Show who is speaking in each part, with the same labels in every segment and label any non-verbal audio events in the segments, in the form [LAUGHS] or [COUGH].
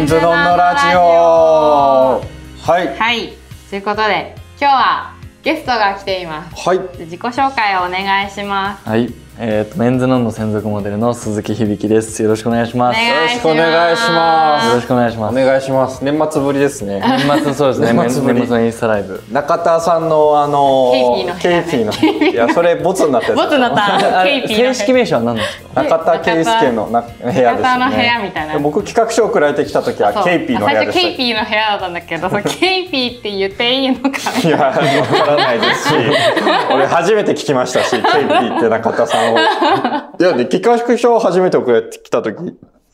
Speaker 1: ンズノンのラジオはい
Speaker 2: はいということで今日はゲストが来ています
Speaker 1: はい
Speaker 2: 自己紹介をお願いします
Speaker 3: はい、えっ、とメンズノンの専属モデルの鈴木響です。よろしくお願いします。
Speaker 2: お
Speaker 3: よ
Speaker 2: 願い
Speaker 1: よろしくお願いします
Speaker 3: ろしくお願いしま
Speaker 1: お
Speaker 3: す。
Speaker 1: 願いします年末ぶりですね
Speaker 3: 年末そうですね。
Speaker 1: 年
Speaker 3: 年
Speaker 1: 末ぶ
Speaker 3: 末
Speaker 1: り
Speaker 3: 年末のインスタライブ。
Speaker 1: 中田さんのあの
Speaker 2: ケイティの部屋ね
Speaker 1: ケイティ
Speaker 2: [LAUGHS]
Speaker 1: のいやそれボツになったやつ
Speaker 2: ボツになった
Speaker 3: あ
Speaker 2: ケイ
Speaker 3: れ
Speaker 2: ピーの
Speaker 3: 正式名称は何なんですか。
Speaker 1: 中田圭介のな部屋ですよ
Speaker 2: 中田
Speaker 1: ね
Speaker 2: の部屋みたいな
Speaker 1: 僕企画書を送られてきた時は
Speaker 2: そう
Speaker 1: ケイピーの部屋
Speaker 2: 最
Speaker 1: で
Speaker 2: 初
Speaker 1: した
Speaker 2: ケイピーの部屋だったんだけどそのケイピーって言っていいのか
Speaker 1: いや、わからないです
Speaker 2: [LAUGHS]
Speaker 1: し、俺初めて聞きましたし、ケイピーって中田
Speaker 2: [LAUGHS]
Speaker 1: さんを。いや、で、企画書を初めて送られてきたとき、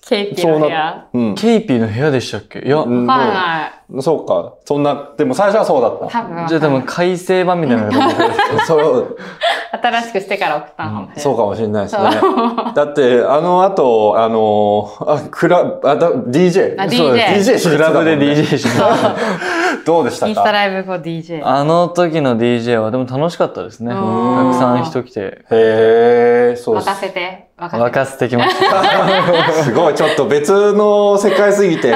Speaker 2: ケイピー
Speaker 1: そう
Speaker 2: の部
Speaker 1: な
Speaker 2: 屋、
Speaker 1: うん。
Speaker 3: ケイピーの部屋でしたっけ。いや、
Speaker 1: うん
Speaker 2: わかんない
Speaker 1: そうか。そんな、でも最初はそうだっ
Speaker 2: 多分わかんない
Speaker 3: じゃあ多分改正版みたいなのが出て
Speaker 1: た。 [LAUGHS] そう、
Speaker 2: 新しくしてから送ったのかもしれない
Speaker 1: そうかもしれないですね。だって、あの後、あのー、あ、クラあ、だ DJ。
Speaker 2: あ DJ
Speaker 1: そうです DJ
Speaker 3: [LAUGHS] くる。クラブで
Speaker 1: DJ。
Speaker 3: DJ してた。
Speaker 1: どうでした
Speaker 2: インスタ
Speaker 1: か
Speaker 2: ライブ後 DJ
Speaker 3: あの時の DJ はでも楽しかったですね。た
Speaker 2: うん
Speaker 3: くさん人来て
Speaker 1: へえ、そうです
Speaker 2: 任せて任せ
Speaker 3: 沸
Speaker 2: て
Speaker 3: かせてきまし
Speaker 1: すごい、ちょっと別の世界すぎ
Speaker 2: [LAUGHS]
Speaker 1: て。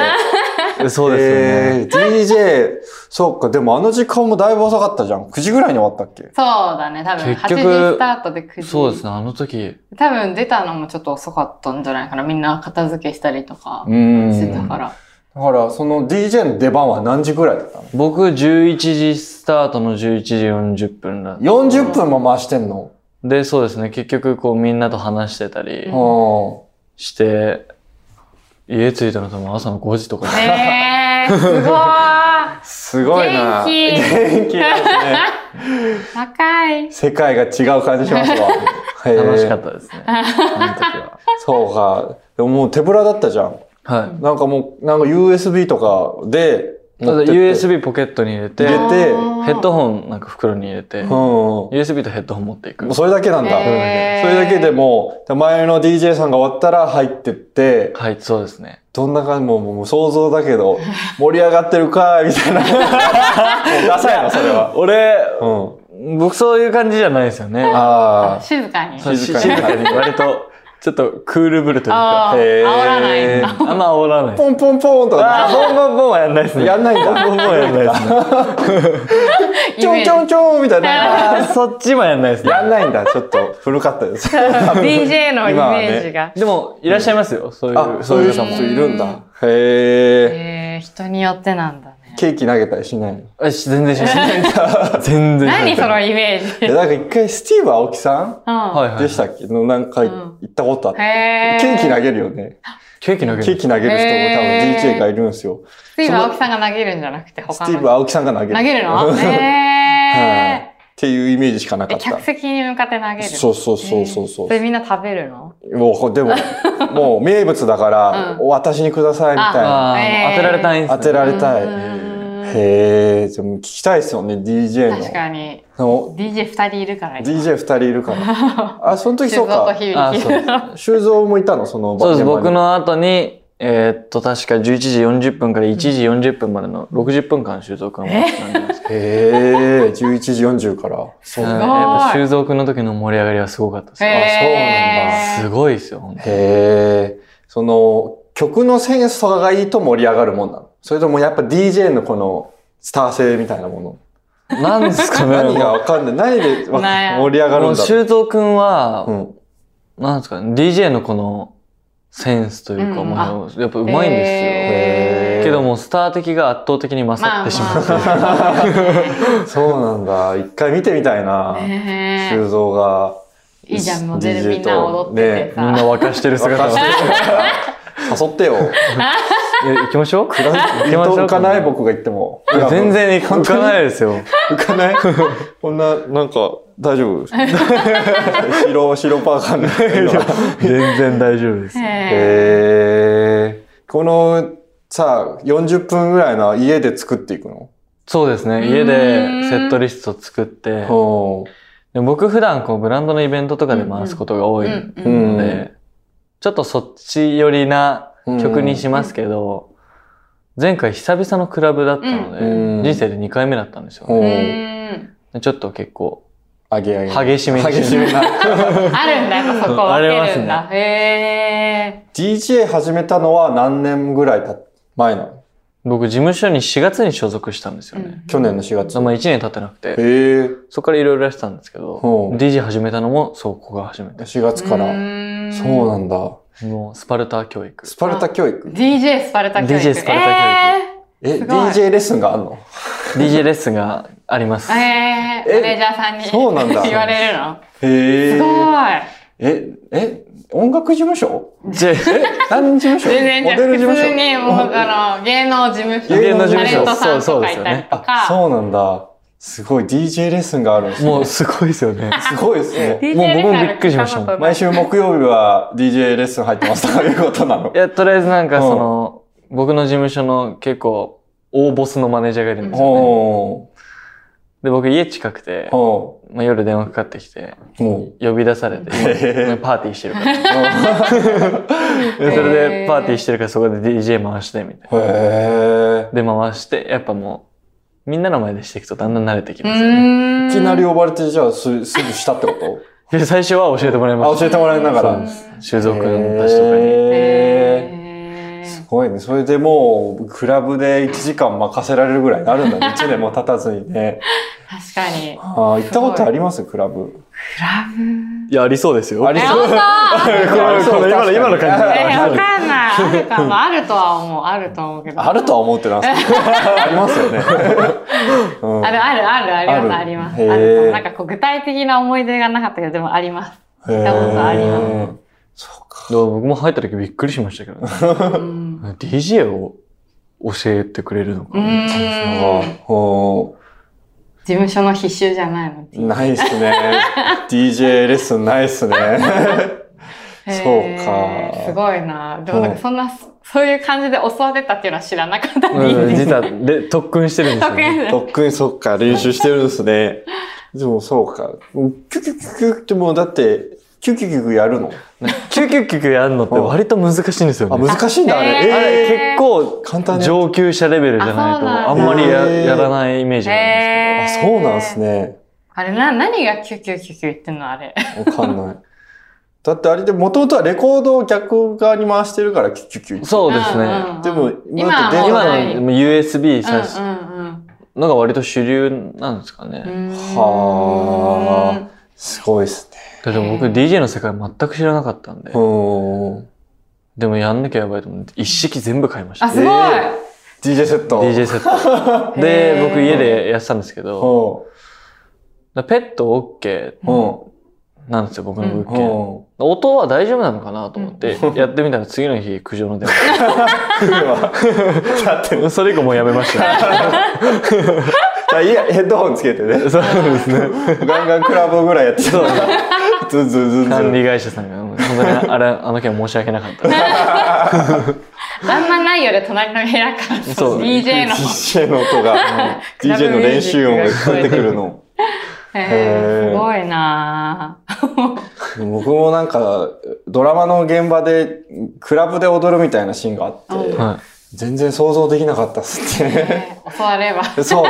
Speaker 3: た。 [LAUGHS] そうですよね。
Speaker 1: えー DJ、そうか、でもあの時間もだいぶ遅かったじゃん。9時ぐらいに終わったっけ
Speaker 2: そうだね多分
Speaker 3: 結
Speaker 2: 8時
Speaker 3: 局
Speaker 2: スタートで9時
Speaker 3: そうですね。あの時。
Speaker 2: 多分出たのもちょっと遅かったんじゃないかなみんな片付けしたりとか
Speaker 1: うん
Speaker 2: してたから、
Speaker 1: だから、その DJ の出番は何時ぐらいだったの
Speaker 3: 僕11時スタートの11時40分だ
Speaker 1: ?40 分も回してんの。
Speaker 3: で、そうですね。結局、こう、みんなと話してたり
Speaker 2: うん
Speaker 1: う
Speaker 3: して、家着いたの多分朝の5時とかで。
Speaker 2: えー、すご
Speaker 1: ん。すごい
Speaker 2: 元
Speaker 1: な。
Speaker 2: 気
Speaker 1: 元気ですね。
Speaker 2: い若い
Speaker 1: 世界が違う感じしますわ。へー
Speaker 3: [LAUGHS] 楽しかったですね。あの時は。
Speaker 1: そうか。でももう手ぶらだったじゃん。
Speaker 3: はい。
Speaker 1: なんかもう、なんか USB とかで
Speaker 3: ただ
Speaker 1: 持ってって、
Speaker 3: USB ポケットに入れて、
Speaker 1: 入れて
Speaker 2: あー
Speaker 3: ヘッドホンなんか袋に入れて、
Speaker 1: うん。
Speaker 3: USB とヘッドホン持っていく
Speaker 1: もう。それだけなんだ。
Speaker 2: へー
Speaker 1: それだけでもう、前の DJ さんが終わったら入ってって、
Speaker 3: はい、そうですね。
Speaker 1: どんな感じもうもう想像だけ
Speaker 3: [LAUGHS]
Speaker 1: ど、盛り上がってるかーみたいな。もうダサいの、それは。
Speaker 3: 俺、
Speaker 1: う
Speaker 3: 僕そういう感じじゃないですよね
Speaker 1: ん。。ああ。
Speaker 2: 静かに
Speaker 3: そう
Speaker 1: 静
Speaker 3: 静
Speaker 1: か
Speaker 3: か
Speaker 1: に
Speaker 3: に割と、ちょっとクールブルというか、
Speaker 2: ああ
Speaker 1: へ
Speaker 2: 煽
Speaker 1: ー
Speaker 2: らないんだ
Speaker 3: あんま煽らないです。
Speaker 1: ポンポンポンと
Speaker 3: あ
Speaker 1: か
Speaker 3: ー、ボンボンボンはやんないですね。
Speaker 1: やんないんだ。
Speaker 3: ボ [LAUGHS] ンボンはやんないですね。
Speaker 1: ちょんちょんちょんみたいな。
Speaker 3: [LAUGHS] あーそっちもやんないですね。
Speaker 1: やんないんだ。ちょっと古かった
Speaker 3: [LAUGHS]
Speaker 1: です。
Speaker 2: DJ のイメージが、
Speaker 3: でも、いらっしゃいますよ。そうい
Speaker 1: あ、
Speaker 3: う、
Speaker 1: そういう人もいるんだ。へえ。
Speaker 2: えー、人によってなんだね
Speaker 1: ケーキ投げたりしないの
Speaker 3: あし全然しない。 [LAUGHS] 全然しな
Speaker 2: 何
Speaker 3: い。
Speaker 2: そのイメージ、
Speaker 1: [LAUGHS] え、なんか一回スティーブ青木さ
Speaker 2: うん
Speaker 3: はいはい。
Speaker 1: んでしたっけのなんか行ったことあって。
Speaker 2: へー
Speaker 1: ケーキ投げるよね。
Speaker 3: ケーキ投げ
Speaker 1: ケー
Speaker 3: る。
Speaker 1: キ投げる人も多分 DJ がいるんですよ。
Speaker 2: スティーブ青木さんが投げるんじゃなくて
Speaker 1: ス
Speaker 2: 他
Speaker 1: テ
Speaker 2: の
Speaker 1: ィーブ
Speaker 2: 人
Speaker 1: 青木さんが投げる。
Speaker 2: 投げ
Speaker 1: [LAUGHS]
Speaker 2: るの
Speaker 1: はい
Speaker 2: え
Speaker 1: っていうイメージしかな
Speaker 2: ー、
Speaker 1: か
Speaker 2: え
Speaker 1: っ
Speaker 2: 客
Speaker 1: た。
Speaker 2: 席に向かって投げる
Speaker 1: そうそうそうそうそう
Speaker 2: えーそれみんな食べるの
Speaker 1: もうこれでも、もう名物だから、
Speaker 2: うん
Speaker 1: お私にくださいみたいな。
Speaker 3: あー
Speaker 2: えー
Speaker 3: 当てられたいんですね
Speaker 1: 当てられたい。
Speaker 2: うーん
Speaker 1: へえ、でも聞きたいですよね、DJ の。
Speaker 2: 確かに
Speaker 1: その
Speaker 2: DJ2 人いるから今
Speaker 1: DJ 二人いる
Speaker 2: [LAUGHS]
Speaker 1: から。あ、その時
Speaker 2: 修
Speaker 1: そう
Speaker 2: 造と
Speaker 1: か。
Speaker 2: 響
Speaker 3: あそうです
Speaker 1: 修造もいたの、その
Speaker 3: そうです。
Speaker 1: 現場
Speaker 3: 僕
Speaker 1: に。
Speaker 3: の後に、えーっと、確か11時40分から1時40分までの60分間修造くんは回ってたんじゃないですか。
Speaker 1: へえ、11時40から。そううんなんだ
Speaker 3: やっ
Speaker 2: ごい
Speaker 3: ぱ修造くんの時の盛り上がりはすごかったですね。
Speaker 2: へー
Speaker 3: すごいですよ、ほんと
Speaker 1: へえ、その曲のセンスとかがいいと盛り上がるもんなのそれともやっぱ DJ のこのスター性みたいなもの
Speaker 3: なんですかね。
Speaker 1: 何がわかんない。何でわ
Speaker 2: なんや
Speaker 1: 盛り上がる
Speaker 3: も
Speaker 1: ん
Speaker 3: う
Speaker 1: だろう。
Speaker 3: 修造くんは
Speaker 1: う、ん、
Speaker 3: なんですかね、DJ のこのセンスというか、
Speaker 2: うん
Speaker 3: もうやっぱうまいんですよ。
Speaker 2: へー
Speaker 3: けどもうスター的が圧倒的に勝ってしまって、
Speaker 1: そうなんだ。一回見てみたいな。
Speaker 2: ねえ
Speaker 1: 修造が。
Speaker 2: いいじゃん、モデル
Speaker 1: DJ
Speaker 2: みんな踊ってて
Speaker 3: みんな
Speaker 2: さ。
Speaker 3: 沸かしてる姿
Speaker 1: 若
Speaker 3: を
Speaker 1: 手
Speaker 3: [LAUGHS]
Speaker 1: 誘ってよ。
Speaker 3: え行きましょう行きましょう
Speaker 1: 浮かない僕が言っても。
Speaker 3: いや全然行かないですよ。
Speaker 1: 浮か [LAUGHS] ないこんな、なんか、大丈夫白、白パーカーみたいな。
Speaker 3: 全然大丈夫です。
Speaker 2: へえ
Speaker 1: へ [LAUGHS] え。このさ、40分ぐらいの家で作っていくの
Speaker 3: そうですね。家でセットリスト作って、
Speaker 1: ほ
Speaker 3: で僕普段こうブランドのイベントとかで回すことが多いの
Speaker 2: うん
Speaker 1: う
Speaker 2: うん
Speaker 1: ん。
Speaker 3: で、ちょっとそっち寄りな
Speaker 1: うん
Speaker 3: 曲にしますけど、前回久々のクラブだったので、
Speaker 1: うん
Speaker 3: 人生で2回目だったんですよね、
Speaker 1: う
Speaker 2: うんん
Speaker 3: でちょっと結構
Speaker 1: あげあげ。
Speaker 3: 激しめに
Speaker 1: 激しめな。
Speaker 2: あるんだ、やっぱそこ
Speaker 3: あり
Speaker 2: 分
Speaker 3: ま
Speaker 2: け
Speaker 3: す
Speaker 2: るんだ。へえ
Speaker 1: DJ 始めたのは何年ぐらい経っ前の。
Speaker 3: 僕、事務所に4月に所属したんですよね。
Speaker 1: 去年の4月。
Speaker 3: まあ1年経ってなくて、
Speaker 1: へえ。
Speaker 3: そこからいろいろやってたんですけど、
Speaker 1: ほう
Speaker 3: DJ 始めたのも、そう、ここが初めて。
Speaker 1: 4月から。そうなんだ。
Speaker 3: もう、スパルタ教育。
Speaker 1: スパルタ教育。
Speaker 2: DJ スパルタ教育。
Speaker 3: DJ スパルタ教育
Speaker 1: え、
Speaker 2: すごい
Speaker 1: DJ レッスンがあるの
Speaker 3: DJ レッスンがあります
Speaker 2: えー、。えー、マ
Speaker 1: え
Speaker 2: ネージャーさんに
Speaker 1: そうなんだ
Speaker 2: 言われるの。す
Speaker 1: へえ。
Speaker 2: ごい。
Speaker 1: え、え、音楽事務所
Speaker 3: じゃあ
Speaker 1: え、何事務所
Speaker 2: 全然じゃ
Speaker 1: モデル事
Speaker 2: あ
Speaker 1: 務
Speaker 2: 普
Speaker 1: 所
Speaker 2: 通にもうあの芸能事務所
Speaker 1: 芸能事務
Speaker 2: タレ
Speaker 1: 所
Speaker 2: ントさん
Speaker 3: そうそ
Speaker 2: と
Speaker 3: う
Speaker 2: か
Speaker 3: です
Speaker 2: い
Speaker 3: よ
Speaker 2: たり
Speaker 3: ね
Speaker 2: と
Speaker 1: あ、
Speaker 2: か。
Speaker 1: そうなんだ。すごい、DJ レッスンがあるんですね
Speaker 3: もう、すごいですよね。
Speaker 1: すごいですね。
Speaker 2: DJ
Speaker 3: もう僕も
Speaker 2: レッスン
Speaker 3: びっくりしましたもん
Speaker 2: ある方々
Speaker 1: [LAUGHS] 毎週木曜日は DJ レッスン入ってますとかいうこと
Speaker 3: [LAUGHS]
Speaker 1: なの
Speaker 3: い。や、とりあえずなん
Speaker 1: う
Speaker 3: か
Speaker 1: ん
Speaker 3: その、僕の事務所の結構、大ボスのマネージャーがいるんですよね。
Speaker 1: ほ
Speaker 3: で、僕家近くて
Speaker 1: う。、ほ
Speaker 3: まあ、夜電話かかってきて、
Speaker 1: う。ほ
Speaker 3: 呼び出されて、
Speaker 1: へへ
Speaker 3: 今 [LAUGHS] パーティーしてるから。
Speaker 2: へ
Speaker 1: う。
Speaker 3: でそれ
Speaker 2: ー
Speaker 3: でパーティーしてるからそこで DJ 回して、みたい [LAUGHS]
Speaker 1: へえ。
Speaker 3: な。で、回して、やっぱもう、みんなの前でしていくとだんだん慣れてき
Speaker 2: う
Speaker 3: ますよね。
Speaker 2: ーん
Speaker 1: いきなり呼ばれて、じゃあす、すぐしたってこと
Speaker 3: で、最初は教えてもらいま
Speaker 1: あ、
Speaker 3: し
Speaker 1: 教えてもらいなが
Speaker 3: そう
Speaker 1: ら
Speaker 3: で。た。修造君たちとか
Speaker 1: へ
Speaker 3: に。
Speaker 2: へ
Speaker 1: ーす
Speaker 2: ー
Speaker 1: ごいね。それでもう、クラブで1時間任せられるぐらいになるん
Speaker 3: [LAUGHS]
Speaker 1: だね。1年も経たずにね。
Speaker 2: 確かに。
Speaker 1: あー行ったことありますクラブ。
Speaker 2: クラブ。
Speaker 3: いや、ありそうですよ。
Speaker 1: あり
Speaker 2: え、
Speaker 1: そう。
Speaker 2: 本当
Speaker 1: そう
Speaker 3: この今の今の感じ
Speaker 2: え、
Speaker 1: あ
Speaker 2: わ
Speaker 1: る
Speaker 2: かんない。あるかも。あるとは思う。あるとは思うけど。
Speaker 1: あるとは思ってなんですけど。ありますよね。うん
Speaker 2: あるあるあるあります
Speaker 1: ある
Speaker 2: あります。
Speaker 1: へー
Speaker 2: あると思うなんかこう具体的な思い出がなかったけど、でもあります。
Speaker 1: へ
Speaker 2: たことあります
Speaker 1: ーそうか。
Speaker 3: でも僕も入った時びっくりしましたけど、ね、
Speaker 2: うん。
Speaker 3: DJ を教えてくれるのか
Speaker 2: う
Speaker 3: な、
Speaker 1: あ
Speaker 2: ーん。
Speaker 1: ほ
Speaker 2: 事務所の必修じゃないの。
Speaker 1: うないっすね。DJ レッスンないっすね。
Speaker 2: へー
Speaker 1: そうか
Speaker 2: すごいな。でもなんかそんな、そういう感じで教わってたっていうのは知らなかった
Speaker 3: う
Speaker 2: ね。
Speaker 3: ん、実はで特訓してるんですよ、
Speaker 2: [LAUGHS] 特
Speaker 3: ね。
Speaker 2: に
Speaker 1: とっくにそっか、練習してるんですね。でもそうか。キュキュキュキュってもうだって、キュキュキュキュやるの
Speaker 3: キュキュキュキュやるのって割と難しいんですよ
Speaker 1: あ、
Speaker 3: ね。
Speaker 1: 難しいんだ、あ
Speaker 2: あ
Speaker 1: れ。
Speaker 3: あ
Speaker 1: えー
Speaker 3: れ結構
Speaker 1: 簡単に
Speaker 3: 上級者レベルじゃないと
Speaker 2: あ
Speaker 3: あ
Speaker 2: そ
Speaker 3: ん
Speaker 1: うな
Speaker 3: ま
Speaker 1: んだ
Speaker 3: りや
Speaker 1: へー
Speaker 3: やらないイメージがありますけ
Speaker 1: あ、そうなんです。ね。
Speaker 2: あれな、何がキュキュキュキュ言ってんのあれ。
Speaker 1: わかんない。だってあれでもともとはレコードを逆側に回してるから、キュキュキュ
Speaker 3: ど。。そうですね。
Speaker 2: うんうんうん
Speaker 1: でも
Speaker 2: 今
Speaker 1: だって
Speaker 2: は
Speaker 1: 電
Speaker 2: もう
Speaker 3: 今
Speaker 2: な
Speaker 3: の
Speaker 2: い。うん
Speaker 3: USB
Speaker 2: うん
Speaker 3: さすのが割と主流なんですかね。
Speaker 2: うんうん。
Speaker 1: はあ。すごいっすね。
Speaker 3: だって僕 DJ の世界全く知らなかったんで、
Speaker 1: うん。
Speaker 3: でもやんなきゃやばいと思って一式全部買いました
Speaker 2: あ、。すごい。
Speaker 1: DJ セット。
Speaker 3: DJ セット。
Speaker 2: へ
Speaker 3: で、
Speaker 2: ー
Speaker 3: 僕家でやってたんですけど、
Speaker 1: ほ
Speaker 3: だからペット OK
Speaker 1: う。ほ
Speaker 3: なんですよ、僕の物
Speaker 1: う。
Speaker 3: 件。
Speaker 1: ほ
Speaker 3: 音は大丈夫なのかなと思って、やってみたら次の日苦情の電
Speaker 1: う。だって、
Speaker 3: 話。 [LAUGHS] それ以降もうや
Speaker 2: [LAUGHS]
Speaker 3: めました。
Speaker 1: あ [LAUGHS] いや、ヘッドホンつけてね。
Speaker 3: そうですね。
Speaker 1: ガンガンクラブぐらいやってた
Speaker 3: そう。
Speaker 1: ズンズンズンズ
Speaker 3: 管
Speaker 1: ン。
Speaker 3: 理会社さんが、本当にあれ、あの件申し訳なかった。
Speaker 2: あんまないよね、隣の部屋から。
Speaker 1: [LAUGHS]
Speaker 3: そう
Speaker 2: DJ の。
Speaker 1: DJ の音が、
Speaker 2: クラブ
Speaker 1: DJ の練習音が聞こえてくるの。
Speaker 2: へー
Speaker 1: へー
Speaker 2: すごいなぁ。
Speaker 1: 僕もなんか、ドラマの現場で、クラブで踊るみたいなシーンがあって、
Speaker 2: うん
Speaker 3: は
Speaker 1: 全然想像できなかったっすね。
Speaker 2: ね教われば。
Speaker 1: [LAUGHS] そうですよ。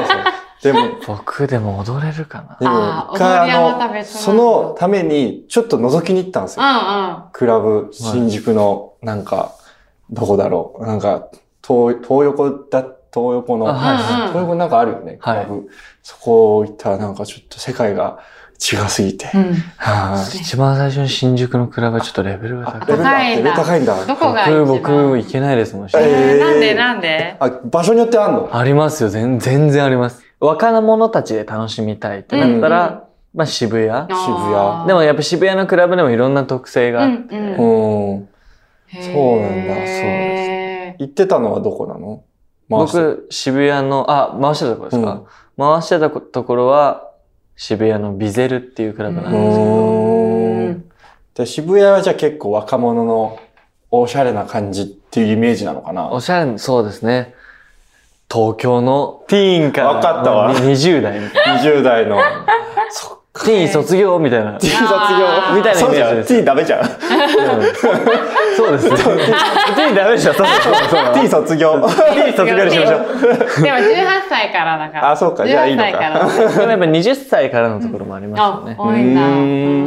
Speaker 1: でも、
Speaker 3: い。僕でも踊れるかな
Speaker 1: でも
Speaker 2: あ、ー
Speaker 1: 一回
Speaker 2: 踊りはま
Speaker 1: あ
Speaker 2: た別なん
Speaker 1: の、
Speaker 2: だ
Speaker 1: そのために、ちょっと覗きに行ったんです
Speaker 2: う
Speaker 1: よ。
Speaker 2: んうん。
Speaker 1: クラブ、新宿の、なんか、どこだろう。なんか、東、東横だ、東横の、
Speaker 3: あはい
Speaker 2: はい
Speaker 1: 東横なんかあるよね、ク
Speaker 3: は
Speaker 1: ラ
Speaker 3: い
Speaker 1: ブ。そこ行ったらなんかちょっと世界が違すぎて。
Speaker 2: うん
Speaker 1: はい
Speaker 3: 一番最初に新宿のクラブはちょっとレベルが
Speaker 1: あ
Speaker 2: 高
Speaker 3: 高い。
Speaker 2: いんだ
Speaker 1: レベル高いんだ。
Speaker 2: どこが一
Speaker 3: 僕、
Speaker 2: 番
Speaker 3: 僕、行けないですもん。
Speaker 1: えー
Speaker 2: えーなんでなんで
Speaker 1: あ、場所によってあんの
Speaker 3: ありますよ、全全然あります。若者たちで楽しみたいってなったら、
Speaker 2: うん
Speaker 3: まあ渋谷。
Speaker 1: 谷
Speaker 3: でもやっぱ渋谷のクラブでもいろんな特性があって、
Speaker 2: うんうん
Speaker 1: うん。そうなんだ
Speaker 2: へー
Speaker 1: 行ってたのはどこなの回して
Speaker 3: 僕、渋谷の、あ、回してたところですか、
Speaker 1: うん
Speaker 3: 回してたところは、渋谷のビゼルっていうクラブ
Speaker 1: う
Speaker 3: なんですけど、
Speaker 1: ん
Speaker 2: うん
Speaker 1: で渋谷はじゃあ結構若者のおしゃれな感じっていうイメージなのかな
Speaker 3: おしゃれ、そうですね。東京のティーンから、
Speaker 1: わかったわ
Speaker 3: まあに20代みたい
Speaker 1: ?20 代の。
Speaker 3: [LAUGHS]
Speaker 1: そっか。
Speaker 3: な。ティーン卒業みたいな。
Speaker 1: T 卒業
Speaker 2: あー
Speaker 1: みたいなイメージです。
Speaker 3: そうじゃん
Speaker 1: T ダメじゃん。
Speaker 3: そうですね。ティーンダメでしょそうそうそう
Speaker 1: T 卒 [LAUGHS] 業。T 卒業にしましょう。
Speaker 2: でも18歳からだから。
Speaker 1: あそうかじゃあいいのか
Speaker 2: 18歳から。
Speaker 3: でもやっぱ20歳からのところもあり
Speaker 2: あ、
Speaker 3: ましたよね。
Speaker 2: 多いな
Speaker 1: うー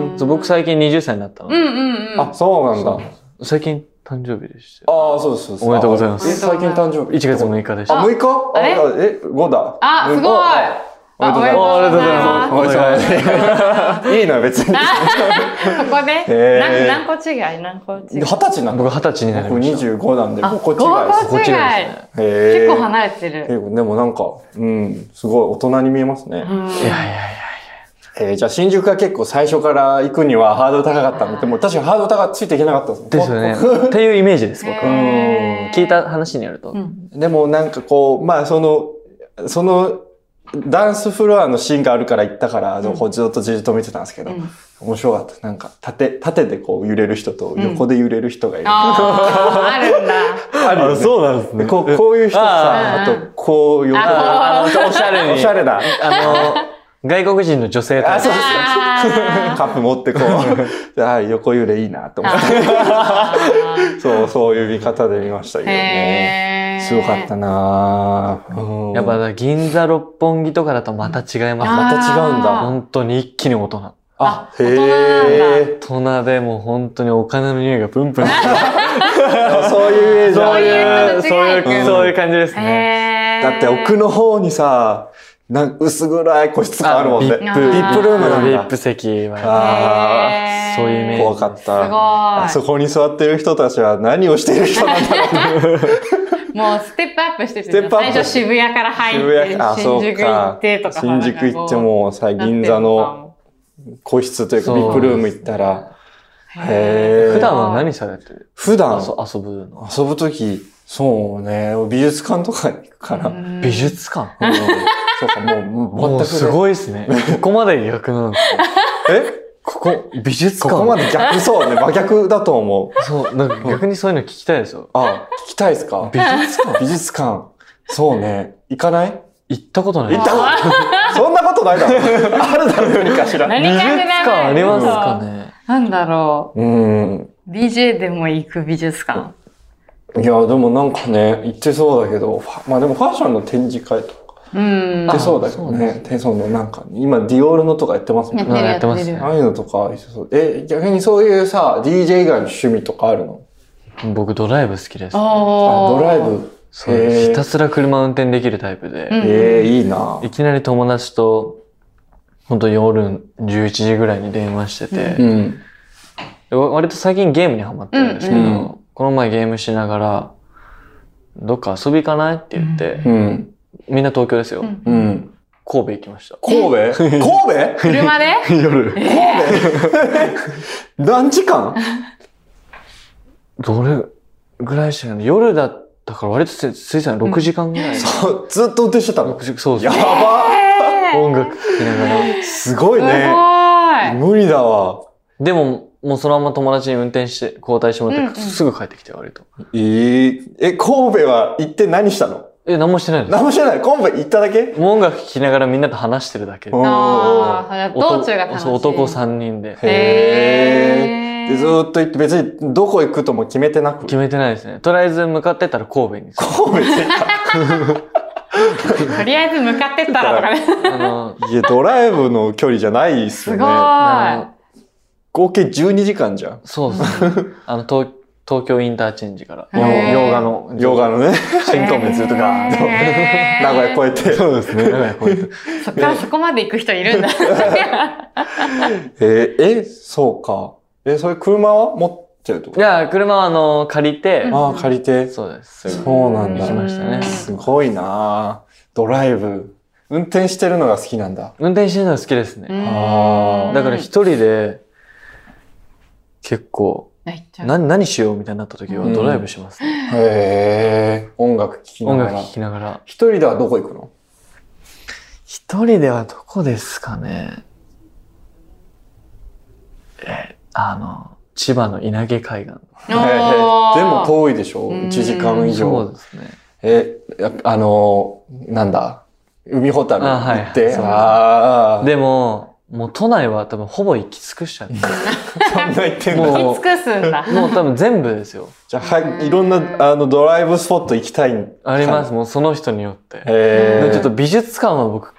Speaker 1: ん
Speaker 2: うん
Speaker 3: そう僕最近20歳になったの
Speaker 2: う
Speaker 3: で、
Speaker 2: んうんうん。
Speaker 1: あ、そうなんだ。
Speaker 3: 最近誕生日でしたよ。
Speaker 1: ああ、そうですそうです。
Speaker 3: おめでとうございます
Speaker 1: え最近誕生日。
Speaker 3: 1月6日でした。
Speaker 1: あ、6日
Speaker 2: あれ
Speaker 1: え、5だ。
Speaker 2: あ、すごい
Speaker 1: あ
Speaker 2: あおめでとうございます。
Speaker 1: おめでとうございます。いいの
Speaker 2: [LAUGHS]
Speaker 1: よ、別に。
Speaker 2: ここで、
Speaker 1: へー
Speaker 2: 何何個違い何個違
Speaker 1: 二
Speaker 2: い
Speaker 1: 十歳なの
Speaker 3: 僕二十歳になり
Speaker 1: 僕
Speaker 3: ました。
Speaker 1: 25なんで、
Speaker 2: あ
Speaker 1: もうこっち
Speaker 2: 合
Speaker 1: が
Speaker 2: 格
Speaker 3: こっちがで
Speaker 1: へ
Speaker 2: 結
Speaker 1: ー
Speaker 2: 構離れてる。
Speaker 1: 結構でもなんか、うん、すごい大人に見えますね。
Speaker 2: うん
Speaker 3: すね。いやいやい
Speaker 1: えーじゃあ新宿が結構最初から行くにはハードル高かったんで、でも確かにハードル高くついていけなかった
Speaker 3: や。ですよね。っていうイメージです、僕は。
Speaker 2: へー
Speaker 3: 聞いた話によると
Speaker 2: う。ん
Speaker 1: でもなんかこう、まあその、その、ダンスフロアのシーンがあるから行ったから、
Speaker 2: うん
Speaker 1: こうずっとじっと見てたんですけど、
Speaker 2: うん
Speaker 1: 面白かった。なんか、縦、縦でこう揺れる人と横で揺れる人がいる。
Speaker 2: あーあるんだ。
Speaker 1: あるよね
Speaker 3: そうなんです
Speaker 1: でこう、こういう人さ、あ
Speaker 2: あー
Speaker 1: と、こう横で、
Speaker 2: あ
Speaker 3: あの、おしゃれ
Speaker 1: お
Speaker 3: に。
Speaker 1: しゃれだ。
Speaker 3: あの、外国人の女性と
Speaker 1: あ、そうです
Speaker 2: あー
Speaker 1: カップ持っ
Speaker 2: [LAUGHS]
Speaker 1: てこう、あー横揺れいいなと思って。 [LAUGHS] そう、そういう見方で見ましたけどね。
Speaker 2: へー
Speaker 1: すごかったなぁうん
Speaker 3: やっぱ、銀座六本木とかだとまた違いま
Speaker 1: あまた違うんだ
Speaker 3: す。本当に一気に大人。
Speaker 1: あ、へ
Speaker 2: 大
Speaker 1: え。
Speaker 3: 大人でもう本当にお金の匂いがプンプン。
Speaker 1: そういうイメージあ
Speaker 2: そう
Speaker 1: る
Speaker 2: いう
Speaker 3: そういうう、
Speaker 1: ん
Speaker 3: そういう感じです
Speaker 2: へ
Speaker 3: ね。
Speaker 2: ー
Speaker 1: だって奥の方にさ、なん薄暗い個室があるもんね。
Speaker 3: あ
Speaker 1: ビ
Speaker 3: の
Speaker 1: ッ
Speaker 3: ビ
Speaker 2: ッ
Speaker 1: プ
Speaker 2: プ
Speaker 1: ルームなんだ。
Speaker 3: リップ席は。
Speaker 1: あ
Speaker 2: へー
Speaker 3: そういうイメー
Speaker 1: ー
Speaker 3: ジ
Speaker 1: 怖かっ
Speaker 2: すごい
Speaker 1: た。あそこに座ってる人たちは何をしている人なんだろう。
Speaker 2: もうステップアップしてて
Speaker 1: ステップアップ
Speaker 2: 最初渋谷から入って
Speaker 1: 渋谷あ
Speaker 2: 新宿行ってとか
Speaker 1: 新宿行ってもうさ、銀座の個室というか
Speaker 3: そう
Speaker 1: ビップルーム行ったら、へー
Speaker 3: 普段は何されてる
Speaker 1: 普段
Speaker 3: 遊遊ぶの
Speaker 1: 遊ぶとき、そうね、美術館とかに行くから。うん
Speaker 3: 美術館
Speaker 1: そうか、もうもう、
Speaker 3: [LAUGHS] も
Speaker 1: 全く
Speaker 3: う
Speaker 1: ね
Speaker 3: すごいですね。ここまで逆なんです [LAUGHS] よ
Speaker 1: え
Speaker 3: ここ、美術
Speaker 1: そ
Speaker 3: 館
Speaker 1: こまで逆そうね、真逆だと思う。
Speaker 3: そう、なんか逆にそういうの聞きたいですよ。
Speaker 1: あ、聞きたいですか
Speaker 3: 美術館
Speaker 1: 美術館。そうね。行かない
Speaker 3: 行ったことない。
Speaker 1: 行ったこと [LAUGHS] そんなことないだろ。 [LAUGHS] あるだろ、何かしら。
Speaker 2: 何
Speaker 3: 美術
Speaker 2: か
Speaker 3: 館ありますかね
Speaker 2: なんだろ
Speaker 1: うん。
Speaker 2: う DJ でも行く美術館
Speaker 1: いや、でもなんかね、行ってそうだけど、ファまあでもファッションの展示会とか
Speaker 2: うん
Speaker 1: 行って
Speaker 3: あ
Speaker 1: そうだけど
Speaker 3: そうで
Speaker 1: ね。でそのなんか、今ディオールのとかやってますもんね。
Speaker 3: うんやってます
Speaker 1: ああいうのとか、そうえ、逆にそういうさ、DJ 以外の趣味とかあるの
Speaker 3: 僕ドライブ好きです。
Speaker 1: あ、
Speaker 2: ド
Speaker 1: ドライブ。
Speaker 3: そう
Speaker 1: へー
Speaker 3: ひたすら車運転できるタイプで、
Speaker 2: うん
Speaker 1: ええ、いいな。
Speaker 3: いきなり友達と、本当夜11時ぐらいに電話してて、
Speaker 1: うん。
Speaker 3: でわ割と最近ゲームにハマってるんですけど、
Speaker 1: うんうん
Speaker 3: この前ゲームしながら、どっか遊び行かないって言って、
Speaker 1: うん。
Speaker 3: みんな東京ですよ。
Speaker 2: うん
Speaker 1: うん。
Speaker 3: 神戸行きました。
Speaker 1: 神 [LAUGHS] 戸神戸 [LAUGHS]
Speaker 2: 車で
Speaker 3: [LAUGHS] 夜。
Speaker 1: 何時間
Speaker 3: どれぐらいしたの夜だったから割とせ、ついさん6時間ぐらい。
Speaker 1: そう [LAUGHS] ずっと運転してたの
Speaker 3: 六時そうで
Speaker 1: や
Speaker 3: すね。
Speaker 1: ば
Speaker 2: えー
Speaker 3: 音楽聴きながら。
Speaker 1: すごいね。
Speaker 2: す
Speaker 1: 無理だわ。
Speaker 3: でも、もうそのまま友達に運転して、交代してもらって、
Speaker 2: うんうん
Speaker 3: すぐ帰ってきて、割と。
Speaker 1: えー、え、神戸は行って何したの
Speaker 3: え、何もしてないです。
Speaker 1: 何もしてない。神戸行っただけ
Speaker 3: もう音楽聴きながらみんなと話してるだけ。
Speaker 1: お
Speaker 2: ご
Speaker 1: ー
Speaker 2: いあー道中が楽しい
Speaker 3: そう男3人で。
Speaker 1: へ
Speaker 2: へ
Speaker 1: で、ずーっと行って、別にどこ行くとも決めてなく。
Speaker 3: 決めてないですね。とりあえず向かってたら神戸に。
Speaker 1: 神戸着いた。
Speaker 2: とりあえず向かってったらとかね
Speaker 3: あの、
Speaker 1: いや、ドライブの距離じゃないっす
Speaker 2: すご
Speaker 1: よ
Speaker 2: い
Speaker 1: ね。
Speaker 3: あ
Speaker 1: 合計12時間じゃん。
Speaker 3: のそうですね。あの、東東京インターチェンジから。
Speaker 2: へー
Speaker 3: 洋画の。
Speaker 1: ヨガのね、
Speaker 3: 新東名ずっとガーンと。
Speaker 2: へー
Speaker 1: 名古屋越えて。そうですね。
Speaker 3: 長いポイント
Speaker 2: そっからそこまで行く人いるんだ
Speaker 1: えーえ、そうか。え、それ車は持ってると
Speaker 3: いや、車はあの、借りて、
Speaker 1: ああ、借りて。
Speaker 3: そうです。すぐ
Speaker 1: そうなんだ
Speaker 3: 行きましたね。
Speaker 1: すごいなぁドライブ。運転してるのが好きなんだ。
Speaker 3: 運転してるの好きですね。
Speaker 1: あー
Speaker 3: だから一
Speaker 2: 人
Speaker 3: 人で、結構、何、何しようみたいになった時は
Speaker 1: うん
Speaker 3: ドライブします、ね
Speaker 1: へえ。音楽聴きな
Speaker 3: 音
Speaker 1: が
Speaker 3: 楽
Speaker 1: ら。
Speaker 3: 聴きながら。
Speaker 1: 一人ではどこ行くの
Speaker 3: 一人ではどこですかねえ、あの、千葉の稲毛海岸。
Speaker 1: へー [LAUGHS] でも遠いでしょ
Speaker 2: うん
Speaker 1: ?1 時間以
Speaker 3: そう
Speaker 1: 上。
Speaker 3: ですね。
Speaker 1: え、やあのー、なんだ海ほたる
Speaker 3: あはい
Speaker 1: 行って。
Speaker 3: そう
Speaker 1: ああ。
Speaker 3: でも、もう都内は多分ほぼ行き尽くしちゃって。
Speaker 1: そんな言ってん
Speaker 3: も
Speaker 1: だ。
Speaker 3: う
Speaker 2: 行き尽くすんだ
Speaker 3: もう多分全部ですよ。
Speaker 1: じゃあ、はい、いろんな、あの、ドライブスポット行きたい。
Speaker 3: あります。
Speaker 1: へ
Speaker 3: もうその人によって。
Speaker 1: え。
Speaker 3: でちょっと
Speaker 1: と、
Speaker 3: 美術館は僕、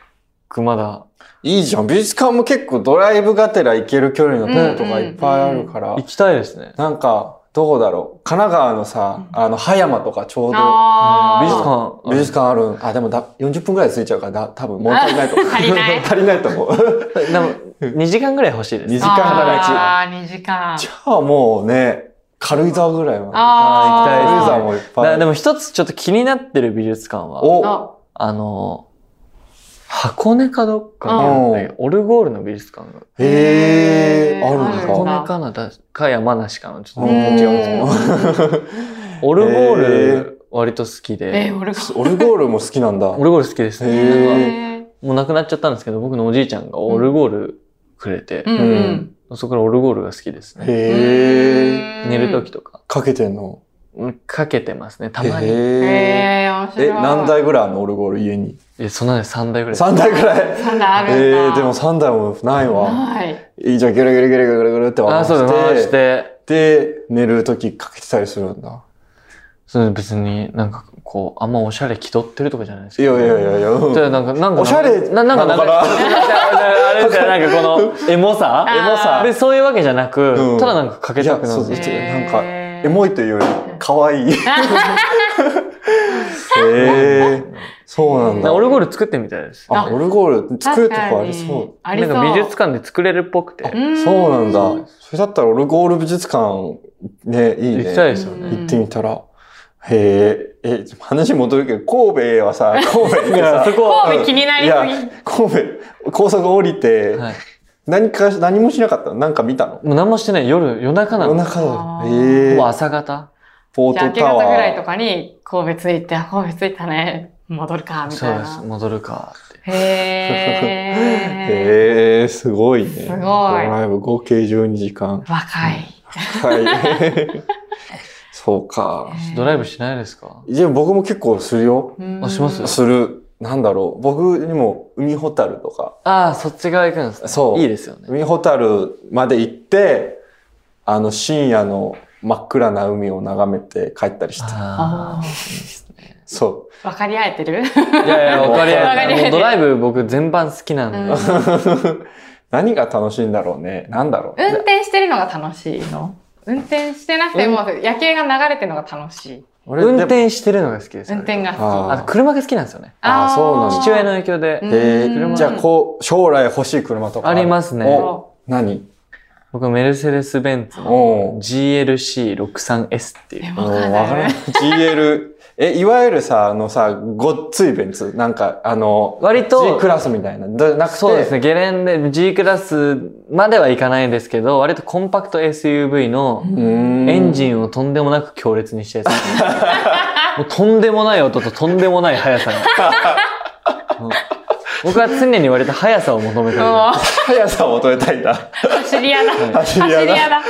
Speaker 3: まだ
Speaker 1: いいじゃん。美術館も結構ドライブがてら行ける距離のとことかいっぱいあるから
Speaker 3: 行。きたいですね。
Speaker 1: なんか、どこだろう神奈川のさ、あの、葉山とかちょうど、
Speaker 2: あー
Speaker 1: 美術館、美術館あるん。あ、でもだ40分ぐらいで着いちゃうから、だ多分物足りないと思う。
Speaker 2: [LAUGHS] 足りない
Speaker 1: 足りないと思
Speaker 2: [LAUGHS]
Speaker 1: う。
Speaker 3: でも、2時間ぐらい欲しいです。
Speaker 1: 二時間働き
Speaker 2: ああ、2時間。
Speaker 1: じゃあもうね、軽井沢ぐらいは。軽井
Speaker 3: あー行きた
Speaker 1: 沢
Speaker 3: い
Speaker 1: もいっぱ
Speaker 3: だ
Speaker 1: い。
Speaker 3: でも一つちょっと気になってる美術館は、
Speaker 1: お、
Speaker 2: あ
Speaker 3: あの、箱根かどっかにあったけどオルゴールの美術館が。
Speaker 1: へえ、あるん
Speaker 2: あ
Speaker 1: だ。
Speaker 2: る
Speaker 3: 箱
Speaker 2: んだ
Speaker 3: 根かなだか山梨かなちょっ
Speaker 1: う
Speaker 3: と
Speaker 1: ん
Speaker 3: 違うんですけど。オルゴール割と好き
Speaker 2: え
Speaker 3: で、
Speaker 2: ー、俺が。
Speaker 1: オルゴールも好きなんだ。
Speaker 3: オルゴール好きです
Speaker 1: へ
Speaker 3: ね。
Speaker 1: ー
Speaker 2: へ
Speaker 3: もう亡くなっちゃったんですけど、僕のおじいちゃんがオルゴールくれて
Speaker 2: ーう、んうん。
Speaker 3: そこからオルゴールが好きですね。
Speaker 1: へえ、
Speaker 2: うん
Speaker 3: 寝る時とか。
Speaker 1: かけてんの。
Speaker 3: うんかけてますね、たまに。
Speaker 1: へえ。
Speaker 2: へえ、面白い。
Speaker 1: え、何台ぐらいあんのオルゴール家に。
Speaker 3: え、そんなで3台ぐらい。
Speaker 1: 3台ぐらい。
Speaker 2: そんなあるんだ。
Speaker 1: えー、でも3台もないわ。
Speaker 2: はい。
Speaker 1: いいじゃん、ぐるぐるぐるぐるぐるって
Speaker 3: あ、
Speaker 1: 回して。
Speaker 3: そうです、回して。
Speaker 1: で、寝るときかけてたりするんだ。
Speaker 3: そう別になんかこう、あんまおしゃれ気取ってるとかじゃないです
Speaker 1: い
Speaker 3: か。
Speaker 1: やいやいやいや。
Speaker 3: じゃあ
Speaker 1: うん
Speaker 3: なんか、なんか、
Speaker 1: おしゃれ
Speaker 3: ななん
Speaker 1: な
Speaker 3: か、なん
Speaker 1: の
Speaker 3: か、
Speaker 1: か
Speaker 3: な
Speaker 1: なん
Speaker 3: [LAUGHS] かあれじ
Speaker 1: [LAUGHS]
Speaker 3: ゃないなんかこの、エモさ
Speaker 2: あーエモさ
Speaker 3: で、そういうわけじゃなく
Speaker 1: う、ん
Speaker 3: ただなんかかけたくない
Speaker 1: やそう
Speaker 3: る
Speaker 1: で。す
Speaker 2: へー
Speaker 1: なんかエモいというより、かわ
Speaker 3: [LAUGHS]
Speaker 1: いい。へえ、そうなん
Speaker 3: な
Speaker 1: だ。
Speaker 3: オルゴール作ってみたいです。
Speaker 1: あ、オルゴール作るとこあり
Speaker 2: 確か
Speaker 1: そう
Speaker 2: に。ありそう。
Speaker 3: なんか美術館で作れるっぽくて。行
Speaker 2: うん
Speaker 1: そうなんだ。それだったらオルゴール美術館、ね、いいね。
Speaker 3: きたいですよね。
Speaker 1: 行ってみたら。へえ、え、話戻るけど、神戸は
Speaker 3: [LAUGHS]
Speaker 1: さ、神戸にさ、
Speaker 3: そこ、
Speaker 2: 神戸気になり
Speaker 1: いや
Speaker 2: すぎ。、
Speaker 1: 神戸、高速降りて、
Speaker 3: はい。
Speaker 1: 何か、何もしなかったのなんか見たの
Speaker 3: もう何もしてない。夜、夜中な
Speaker 1: お
Speaker 3: の。も
Speaker 2: あ
Speaker 1: 腹だ。
Speaker 2: ー
Speaker 1: ええ
Speaker 3: う朝方。
Speaker 1: ポ
Speaker 2: じゃあ、
Speaker 1: ー
Speaker 2: 明
Speaker 1: ト
Speaker 2: け
Speaker 1: タ
Speaker 2: 方ぐ
Speaker 1: ワ
Speaker 2: らいと
Speaker 1: ー。
Speaker 2: かに、神戸着いて、 [LAUGHS] あ神戸着いたね。戻るか、み
Speaker 3: そ
Speaker 2: た
Speaker 3: う
Speaker 2: い
Speaker 3: です。
Speaker 2: な。
Speaker 3: 戻るかって。
Speaker 2: へー。
Speaker 1: へ [LAUGHS] え、すごいね。
Speaker 2: すごい
Speaker 1: ライブ合計12時間。
Speaker 2: 若い。 [LAUGHS]
Speaker 1: はい。そうか。
Speaker 3: ドライブしないですか
Speaker 1: でも僕も結構するよ。
Speaker 2: ブ
Speaker 3: あします
Speaker 1: する。なんだろう。僕にも海ほたるとか。
Speaker 3: ああ、そっち側行くんですね
Speaker 1: そう
Speaker 3: いいですよね。
Speaker 1: 海ほたるまで行って、あの深夜の真っ暗な海を眺めて帰ったりして。
Speaker 2: あ
Speaker 3: ああ。
Speaker 1: そ
Speaker 2: 分かり合えてる
Speaker 3: いやいや、わかり
Speaker 1: わ
Speaker 3: や
Speaker 1: か
Speaker 3: す
Speaker 2: りやす
Speaker 3: い。
Speaker 2: い
Speaker 3: もうドライブ僕全般好きなん
Speaker 2: う
Speaker 3: で
Speaker 2: ん。
Speaker 1: う。 [LAUGHS] 何が楽しいんだろうね。なんだろう。
Speaker 2: 運転してるのが楽しいの運転してなくても夜景が流れてるのが楽しい。
Speaker 1: 俺
Speaker 3: 運
Speaker 1: でも
Speaker 3: 転してるのが好きです。
Speaker 2: 運転が
Speaker 1: あ
Speaker 2: 好
Speaker 1: ー
Speaker 2: き。
Speaker 3: あと車が好きなんですよね。
Speaker 1: あーそうなんだ
Speaker 3: 父親の影響で。
Speaker 2: うん
Speaker 1: え
Speaker 2: う
Speaker 1: ー、
Speaker 2: ん
Speaker 1: じゃあこう、将来欲しい車とか
Speaker 3: ありますすね。
Speaker 1: お何
Speaker 3: 僕はメルセデス・ベンツの
Speaker 1: おう
Speaker 3: GLC63S っていう
Speaker 2: え。
Speaker 1: うん
Speaker 2: わかんない
Speaker 1: わからない。GL。え、いわゆるさ、あのさ、ごっついベンツ。なんか、あの、
Speaker 3: 割と
Speaker 1: G クラスみたいな。じゃなくて、
Speaker 3: そうですね。ゲレンデ G クラスまではいかないんですけど、割とコンパクト SUV の
Speaker 1: うーん。
Speaker 3: エンジ
Speaker 1: ン。
Speaker 3: ンをとんでもなく強烈にしてですね
Speaker 1: [LAUGHS]
Speaker 3: もうとんでもない音ととんでもない
Speaker 1: [LAUGHS]
Speaker 3: 速さに。うん僕は常に割と速さを求めてる。
Speaker 2: もう
Speaker 1: 速さを求めたいんだ。
Speaker 2: 走り屋だ。
Speaker 1: [LAUGHS] 走り屋
Speaker 2: だ。
Speaker 1: だじゃあ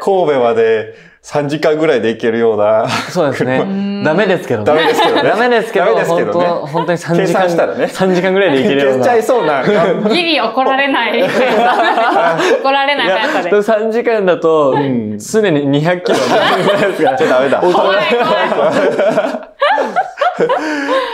Speaker 1: 神戸まで3時間ぐらいで行けるような。
Speaker 3: そうですね。ダメですけどね。
Speaker 1: ダメですけどね
Speaker 3: [LAUGHS] ダメですけど、
Speaker 1: ダメですけどね
Speaker 3: 本当本当に3
Speaker 1: 計
Speaker 3: 時
Speaker 1: 算したら
Speaker 3: 間、
Speaker 1: ね
Speaker 3: 三時間ぐらいでいけ
Speaker 1: [LAUGHS]
Speaker 3: るよ
Speaker 1: 消
Speaker 3: うな。
Speaker 1: しちゃいそうな。
Speaker 2: ギリ怒られない。[LAUGHS]
Speaker 1: [LAUGHS]
Speaker 2: 怒られない速さで。
Speaker 3: 3時間だと、
Speaker 1: ん
Speaker 3: 常に200キロはね
Speaker 1: じゃあダメだ。
Speaker 2: 怖い怖い。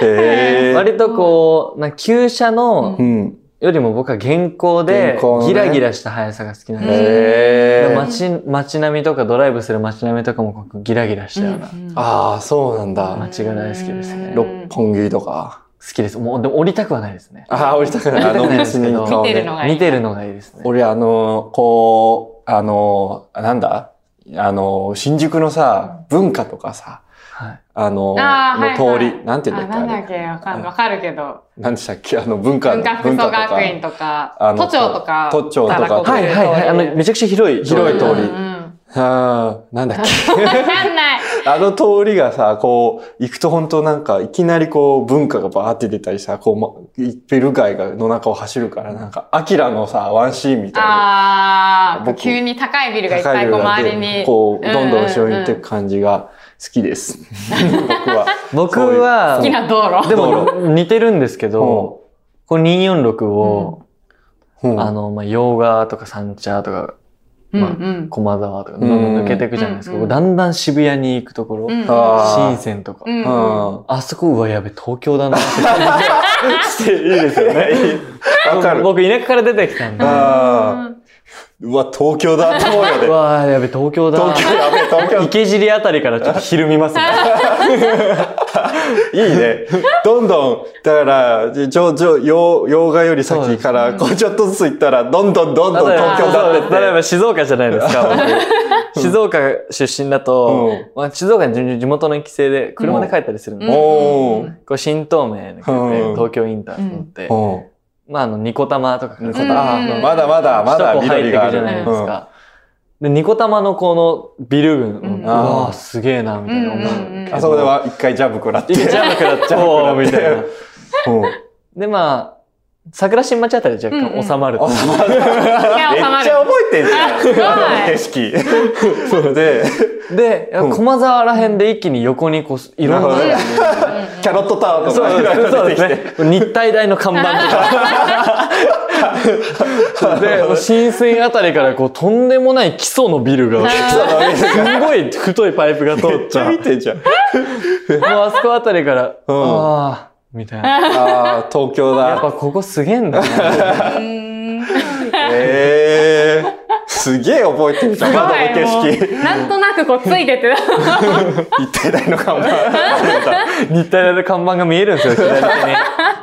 Speaker 1: へー。
Speaker 3: 割とこう、な旧車の
Speaker 1: うん。
Speaker 3: よりも僕は現行で
Speaker 1: 現行のね
Speaker 3: ギラギラした速さが好きなんですよ。
Speaker 1: へ
Speaker 3: で
Speaker 1: ー。
Speaker 3: 街街並みとかドライブする街並みとかもこうギラギラしたような
Speaker 1: ああ、そうなんだ。
Speaker 3: 街が大好きですね。
Speaker 2: うん
Speaker 3: 好
Speaker 1: 六本木とか。
Speaker 3: きです。もうでも降りたくはないですね。
Speaker 1: ああ、降りたくない。あの道に顔
Speaker 2: 見てる
Speaker 1: ね
Speaker 2: の。がいい。
Speaker 3: 見てるのがいいですね。
Speaker 1: 俺、あの、こう、あの、なんだあの、新宿のさ、文化とかさ、
Speaker 3: はい
Speaker 1: あの、
Speaker 2: あー
Speaker 1: の通
Speaker 2: はいは
Speaker 1: り、
Speaker 2: い
Speaker 1: なんて
Speaker 2: あ
Speaker 1: 言うんだ
Speaker 2: な
Speaker 1: っ
Speaker 2: ん
Speaker 1: け
Speaker 2: だ
Speaker 1: あれ
Speaker 2: っけわかんわかるけど。
Speaker 1: なんでしたっけあの、文化
Speaker 2: 文化服
Speaker 1: 文化
Speaker 2: 装
Speaker 1: とか
Speaker 2: 学院とか、
Speaker 1: あの
Speaker 2: 都庁とか、
Speaker 1: 都庁とか
Speaker 2: たらこ
Speaker 3: は
Speaker 2: く
Speaker 3: い
Speaker 2: る
Speaker 3: はいはい。あ
Speaker 2: 通り
Speaker 3: の、めちゃくちゃ広い。
Speaker 1: 広い通り
Speaker 2: うんうん
Speaker 1: ああ、なんだっ
Speaker 2: [LAUGHS]
Speaker 1: け
Speaker 2: わかんない。
Speaker 1: あの通りがさ、こう、行くと本当なんか、いきなりこう、文化がバーって出たりさ、こう、ま、ビル街がの中を走るから、なんか、アキラのさ、ワンシーンみたいな。
Speaker 2: あー、
Speaker 1: 僕
Speaker 2: 急に高いビルがいっ
Speaker 1: 高
Speaker 2: ぱ
Speaker 1: い
Speaker 2: い
Speaker 1: ビ
Speaker 2: こ
Speaker 1: ル
Speaker 2: う
Speaker 1: が
Speaker 2: 周
Speaker 1: 出
Speaker 2: りに。
Speaker 1: てこう、どんどん後ろに行って
Speaker 2: うん
Speaker 1: く感じが好
Speaker 2: [LAUGHS]
Speaker 1: きです。僕は。
Speaker 3: 僕は
Speaker 1: そ
Speaker 2: 好き
Speaker 1: ういう
Speaker 2: な道路。
Speaker 3: で
Speaker 1: 道
Speaker 3: も似てるんですけど、この246を、
Speaker 1: そううん
Speaker 3: あの、まあ、洋画とか三茶とか、
Speaker 2: うんう
Speaker 3: まあ
Speaker 2: ん。
Speaker 3: 駒沢とか、どん
Speaker 1: うん
Speaker 3: どん抜けていくじゃないですか。
Speaker 2: うんうん
Speaker 3: だんだん渋谷に行くところ、
Speaker 2: うんうん
Speaker 1: あー
Speaker 3: 深センとか、
Speaker 2: うん
Speaker 1: うん。
Speaker 3: あそこ、うわ、やべ、東京だなって感じがして、いいですよね。
Speaker 1: わかる。 [LAUGHS]
Speaker 3: 僕、田舎から出てきたんで、
Speaker 1: あうわ、東京だと思うよ
Speaker 3: う
Speaker 1: ね。
Speaker 3: わー、やべ、東京だ。
Speaker 1: 東京やべえ、東京
Speaker 3: 池尻あたりからちょっとひるみますね。
Speaker 1: いいね。どんどん、だから、じょじょ洋洋画より先から、こうちょっとずつ行ったら、どんどんどんどん東京だってっ
Speaker 3: 例え
Speaker 1: て。
Speaker 3: ば静岡じゃないですか、僕。静岡出身だと、
Speaker 1: うん
Speaker 3: まあ、静岡に地元の帰省で車で帰ったりするんで、
Speaker 1: んおー
Speaker 3: こう新東名で帰って、
Speaker 1: うん
Speaker 3: 東京インターに乗って、
Speaker 1: うん
Speaker 3: まあ、あの、ニコ玉とかから、
Speaker 1: ニコ
Speaker 2: 玉
Speaker 3: あー
Speaker 2: うん
Speaker 1: まだまだ、まだ
Speaker 3: 首都高入
Speaker 1: 緑
Speaker 3: って
Speaker 1: が
Speaker 3: く
Speaker 1: あ
Speaker 3: るじ
Speaker 1: る
Speaker 3: ゃ。ないですか。で、ニコ玉のこのビル群、
Speaker 2: うん
Speaker 3: うわーすげえな、みたいな思う
Speaker 2: うんうん
Speaker 3: け
Speaker 2: う
Speaker 3: ど。
Speaker 2: ん
Speaker 1: あそこでは一回ジャブ食らって。
Speaker 3: ジャンプだっちゃおう、みたいな。
Speaker 1: うん
Speaker 3: で、まあ、桜新町あたり若干収まると。
Speaker 1: あまだめっちゃ覚えてんじゃん。
Speaker 2: すごい
Speaker 1: この景色。それで、
Speaker 3: で、
Speaker 1: うん
Speaker 3: 駒沢ら辺で一気に横にこう、いろんな。
Speaker 1: なる
Speaker 3: そ
Speaker 1: キャロットタワー
Speaker 3: う
Speaker 1: とか
Speaker 3: そう
Speaker 1: いろいろ
Speaker 3: そう
Speaker 1: 出
Speaker 3: で
Speaker 1: てきて
Speaker 3: すね。日体大の看
Speaker 1: [LAUGHS]
Speaker 3: 板とか。で、浸水あたりからこう、とんでもない基礎のビ
Speaker 1: [LAUGHS]
Speaker 3: ルが、す
Speaker 1: そうだね
Speaker 3: ごい太いパイプが通
Speaker 1: め
Speaker 3: っ
Speaker 1: っ
Speaker 3: ち
Speaker 1: ち
Speaker 3: ゃ
Speaker 1: ゃ
Speaker 3: う。
Speaker 1: 見てんじゃん。
Speaker 3: もうあそこあたりから、
Speaker 1: うん
Speaker 3: ああ、みたいな。
Speaker 1: ああ、東京
Speaker 3: やっ
Speaker 1: だ。
Speaker 3: ぱここすげえんだな。
Speaker 2: うん
Speaker 1: ええすげえ覚えてるじゃん、窓の景
Speaker 2: すごい
Speaker 1: 色。
Speaker 2: もうなんとなくこうついてて。
Speaker 1: 一体大の看板。
Speaker 3: 日体大の看板が見えるん
Speaker 1: [LAUGHS]
Speaker 3: ですよ、左手に。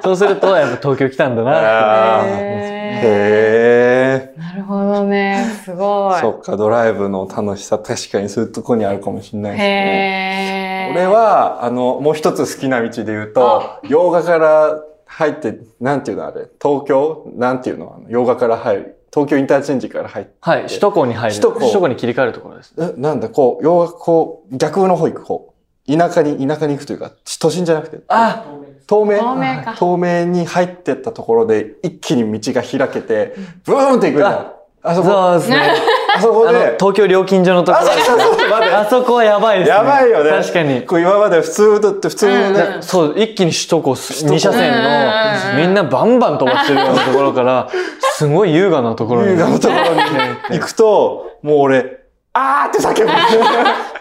Speaker 3: そうすると、やっぱ東京来たんだなって。
Speaker 2: へ
Speaker 1: へえ。
Speaker 2: ーなるほどね。すごい。
Speaker 1: そっか、ドライブの楽しさ、確かにそういうとこにあるかもしれないです
Speaker 2: へ
Speaker 1: ね。
Speaker 2: え。
Speaker 1: 俺は、あの、もう一つ好きな道で言うと、洋画から入って、なんていうのあれ、東京なんていうのあの洋画から入る。東京インターチェンジから入って。
Speaker 3: はい、首都高に入る。
Speaker 1: 首都高
Speaker 3: 首都高に切り替えるところです。
Speaker 1: え、なんだ、こう、洋画、こう、逆の方行く、こう。田舎に、田舎に行くというか、都心じゃなくて、
Speaker 3: あ
Speaker 1: 透明
Speaker 2: 透明か
Speaker 1: 透明に入ってったところで、一気に道が開けて、ブーンって行くじゃん。あそこ、
Speaker 3: そうですね。
Speaker 1: あそこ
Speaker 3: あの、
Speaker 1: で、
Speaker 3: 東京料金所のとこ
Speaker 1: あ、
Speaker 3: ろ
Speaker 1: そう。そう
Speaker 3: [LAUGHS]
Speaker 1: そう、待って
Speaker 3: あそこはやばいですね。
Speaker 1: やばいよね。
Speaker 3: 確かに。
Speaker 1: こう今まで普通だって普通のね、
Speaker 2: うんうん
Speaker 3: そう、一気に首都高
Speaker 1: 都高
Speaker 3: 2車線
Speaker 2: うんうん
Speaker 3: の、
Speaker 2: うん
Speaker 3: みんなバンバン飛ばしてるようなとこ
Speaker 1: [LAUGHS]
Speaker 3: ろから、すごい優雅なところに。
Speaker 1: 優雅なところに
Speaker 3: [LAUGHS]
Speaker 1: ね、行くと、もう俺、あーって叫ぶ。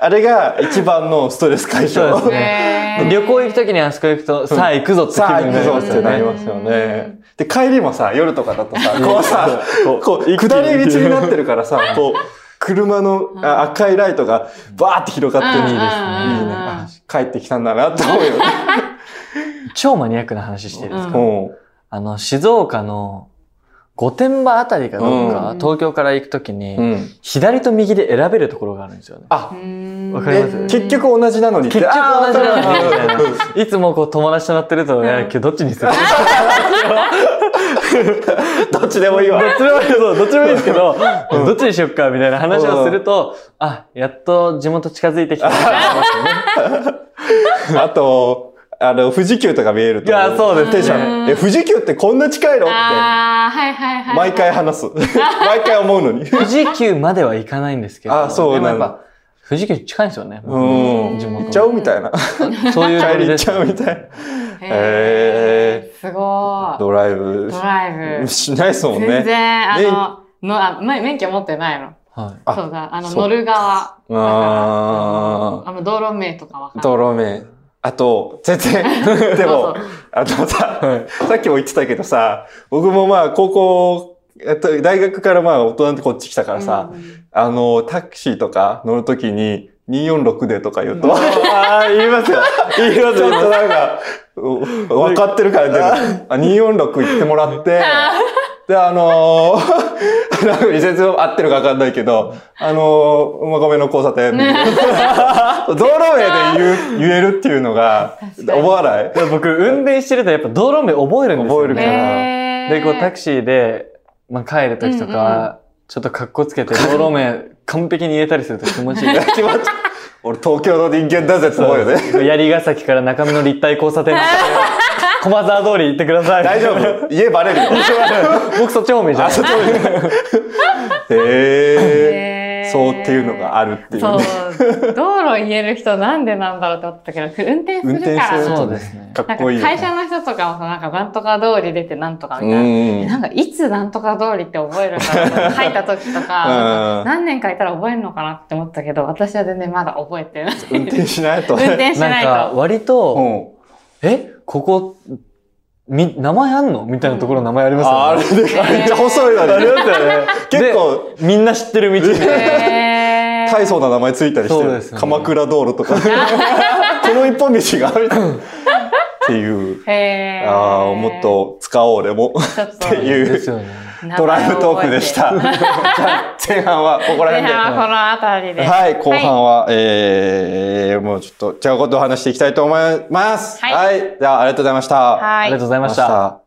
Speaker 1: あれが一番のストレス解消。
Speaker 3: そうですね
Speaker 2: へー
Speaker 3: 旅行行くときにあそこ行くと、さあ行くぞって気
Speaker 1: さあ
Speaker 3: 分
Speaker 1: 行
Speaker 3: に
Speaker 1: く
Speaker 3: なり
Speaker 1: ぞ
Speaker 3: ま
Speaker 1: っ
Speaker 3: す
Speaker 1: て
Speaker 3: よ
Speaker 1: なり
Speaker 3: ね。
Speaker 1: ますよね。で、帰りもさ、夜とかだとさ、こうさ、
Speaker 3: こう
Speaker 1: こう、下り道になってるからさ、こう、車のあ赤いライトがバーって広がってる。
Speaker 2: うん
Speaker 1: いいですね。
Speaker 2: うん
Speaker 1: いいね。あ帰ってきたんだなと思うよね。
Speaker 3: 超マニアックな話してるんですけど
Speaker 1: うん
Speaker 3: あの、静岡の御殿場あたりかどうか、
Speaker 2: うん
Speaker 3: 東京から行くときに、
Speaker 1: うん。
Speaker 3: 左と右で選べるところがあるんですよね。
Speaker 1: あ
Speaker 2: う、ん
Speaker 3: わかり
Speaker 1: え
Speaker 3: ます
Speaker 1: 結局同じなのにって
Speaker 3: 結局同じなのに、みたい
Speaker 1: あーうん
Speaker 3: な。いつもこう友達となってると、いや、今日どっちにするどっ
Speaker 1: どっちでもいいわ。
Speaker 3: ちでもいいそうどっちでもいいですけど、どっちにしよっか、みたいな話をすると、あ、やっと地元近づいてきた。
Speaker 1: [LAUGHS] あと、あの、富士急とか見えると。
Speaker 3: いやそうですね
Speaker 1: テンション。え、富士急ってこんな近いのって。
Speaker 2: ああ、はいはいはい。
Speaker 1: 毎回
Speaker 2: [LAUGHS]
Speaker 1: 話す。毎回思うのに。
Speaker 3: 富士急までは行かないんですけど、
Speaker 1: [LAUGHS] あそう
Speaker 3: でも
Speaker 1: な
Speaker 3: やっ
Speaker 1: んだ
Speaker 3: ぱ、富士急近いんですよね。
Speaker 1: うん。
Speaker 3: 地元
Speaker 1: 行っちゃおうみたいな。
Speaker 3: そうい
Speaker 1: [LAUGHS]
Speaker 3: う
Speaker 1: 帰
Speaker 3: 感
Speaker 1: り
Speaker 3: じ
Speaker 1: 行っ
Speaker 3: です
Speaker 1: ちゃうみたい
Speaker 2: へーすご
Speaker 1: [LAUGHS] ドライブ
Speaker 2: い。ドライブ。
Speaker 1: しないですもん
Speaker 2: 全
Speaker 1: ね。
Speaker 2: 然、あの、のあま免許持ってないの。
Speaker 3: はい。
Speaker 1: あ
Speaker 2: そうだ、あの、
Speaker 1: そう
Speaker 2: 乗る側。
Speaker 1: あ
Speaker 2: あの、道路名とかわかんな
Speaker 1: ー。
Speaker 2: い。
Speaker 1: 泥目。あと、全
Speaker 2: [LAUGHS]
Speaker 1: 然、で
Speaker 2: そうそ、
Speaker 1: もあのさ、
Speaker 3: はい。
Speaker 1: さっきも言ってたけどさ、僕もまあ、高校、えっと大学からまあ、大人ってこっち来たからさ、
Speaker 2: うん
Speaker 1: あの、タクシーとか乗るときに、246でとか言うと、ああ、言いますよ。言いますちょっとなんか、うわかってるから出る。あ、246行ってもらって、で、あのー、 [LAUGHS] なんか説明合ってるかわかんないけど、あのー、馬込の交差点、 [LAUGHS] 道路名で言う言えるっていうのが、
Speaker 2: 確かに
Speaker 1: 思わない
Speaker 3: だから僕、運転してるとやっぱ道路名覚えるんですよ、ね。
Speaker 1: 覚えるから
Speaker 2: へー
Speaker 3: で、こうタクシーで、まあ、帰る時と
Speaker 2: うん
Speaker 3: か、ちょっと格好つけて道路名完璧に言えたりすると気持ちいい。
Speaker 1: [LAUGHS] 気持ち、俺東京の人間だぜって思うよね。
Speaker 3: [LAUGHS] 槍ヶ崎から中身の立体交差点まで駒沢通り行ってください。
Speaker 1: [LAUGHS] 大丈夫 [LAUGHS] 家バレるよ。
Speaker 3: 僕そっち方面じゃ
Speaker 1: あ、
Speaker 3: ない
Speaker 1: そ。う [LAUGHS] へえ。
Speaker 2: へー
Speaker 1: そうっていうのがあるっていうね。
Speaker 2: そう。道路言える人なんでなんだろうって思ったけど、運転す
Speaker 1: 運
Speaker 2: る
Speaker 1: 転
Speaker 2: か
Speaker 1: す
Speaker 2: ら。
Speaker 1: る
Speaker 3: そ
Speaker 1: と
Speaker 3: うです
Speaker 1: ね
Speaker 3: ね、
Speaker 1: か
Speaker 2: な
Speaker 1: っ
Speaker 2: んか
Speaker 1: こいいよね。
Speaker 2: 会社の人とかもさ、なんかなんとか通り出てなんとかみたいな。
Speaker 1: うん
Speaker 2: なんかいつなんとか通りって覚えるかな書いた時と
Speaker 1: [LAUGHS] う
Speaker 2: か
Speaker 1: ん、
Speaker 2: 何年かいたら覚えるのかなって思ったけど、私は全然まだ覚えて
Speaker 1: [LAUGHS]
Speaker 2: ない。
Speaker 1: 運転しないと
Speaker 2: 運
Speaker 1: ね。
Speaker 2: 転し
Speaker 3: な
Speaker 2: なんい
Speaker 3: か、
Speaker 2: と。
Speaker 3: 割
Speaker 1: う
Speaker 3: と、
Speaker 1: ん。
Speaker 3: えここ、み、名前あんのみたいなところ名前あります
Speaker 1: あ、あ
Speaker 3: よ
Speaker 1: れ
Speaker 3: ね。
Speaker 1: でかい、めっちゃ細いのに。ありますよね。結構、
Speaker 3: みんな知ってる道みたいな。
Speaker 2: へー
Speaker 1: 大層な名前ついたりして
Speaker 3: そう
Speaker 1: る、
Speaker 3: ですよね
Speaker 1: 鎌倉道路
Speaker 2: [LAUGHS]
Speaker 1: とかこの一本道があるっていう、
Speaker 2: へー
Speaker 1: ああもっと使おうでも
Speaker 2: ちょっと
Speaker 1: っていう
Speaker 3: ですよね。
Speaker 1: ドライブトークでし。たじゃあ前半はここら
Speaker 2: 前
Speaker 1: 辺で
Speaker 2: 半はこのあたりで。
Speaker 1: はい後半は、えー、もうちょっと違うことを話していきたいと思います
Speaker 2: は
Speaker 1: はい、じゃあありがとうございました
Speaker 2: はい
Speaker 3: ありがとうございました。
Speaker 1: た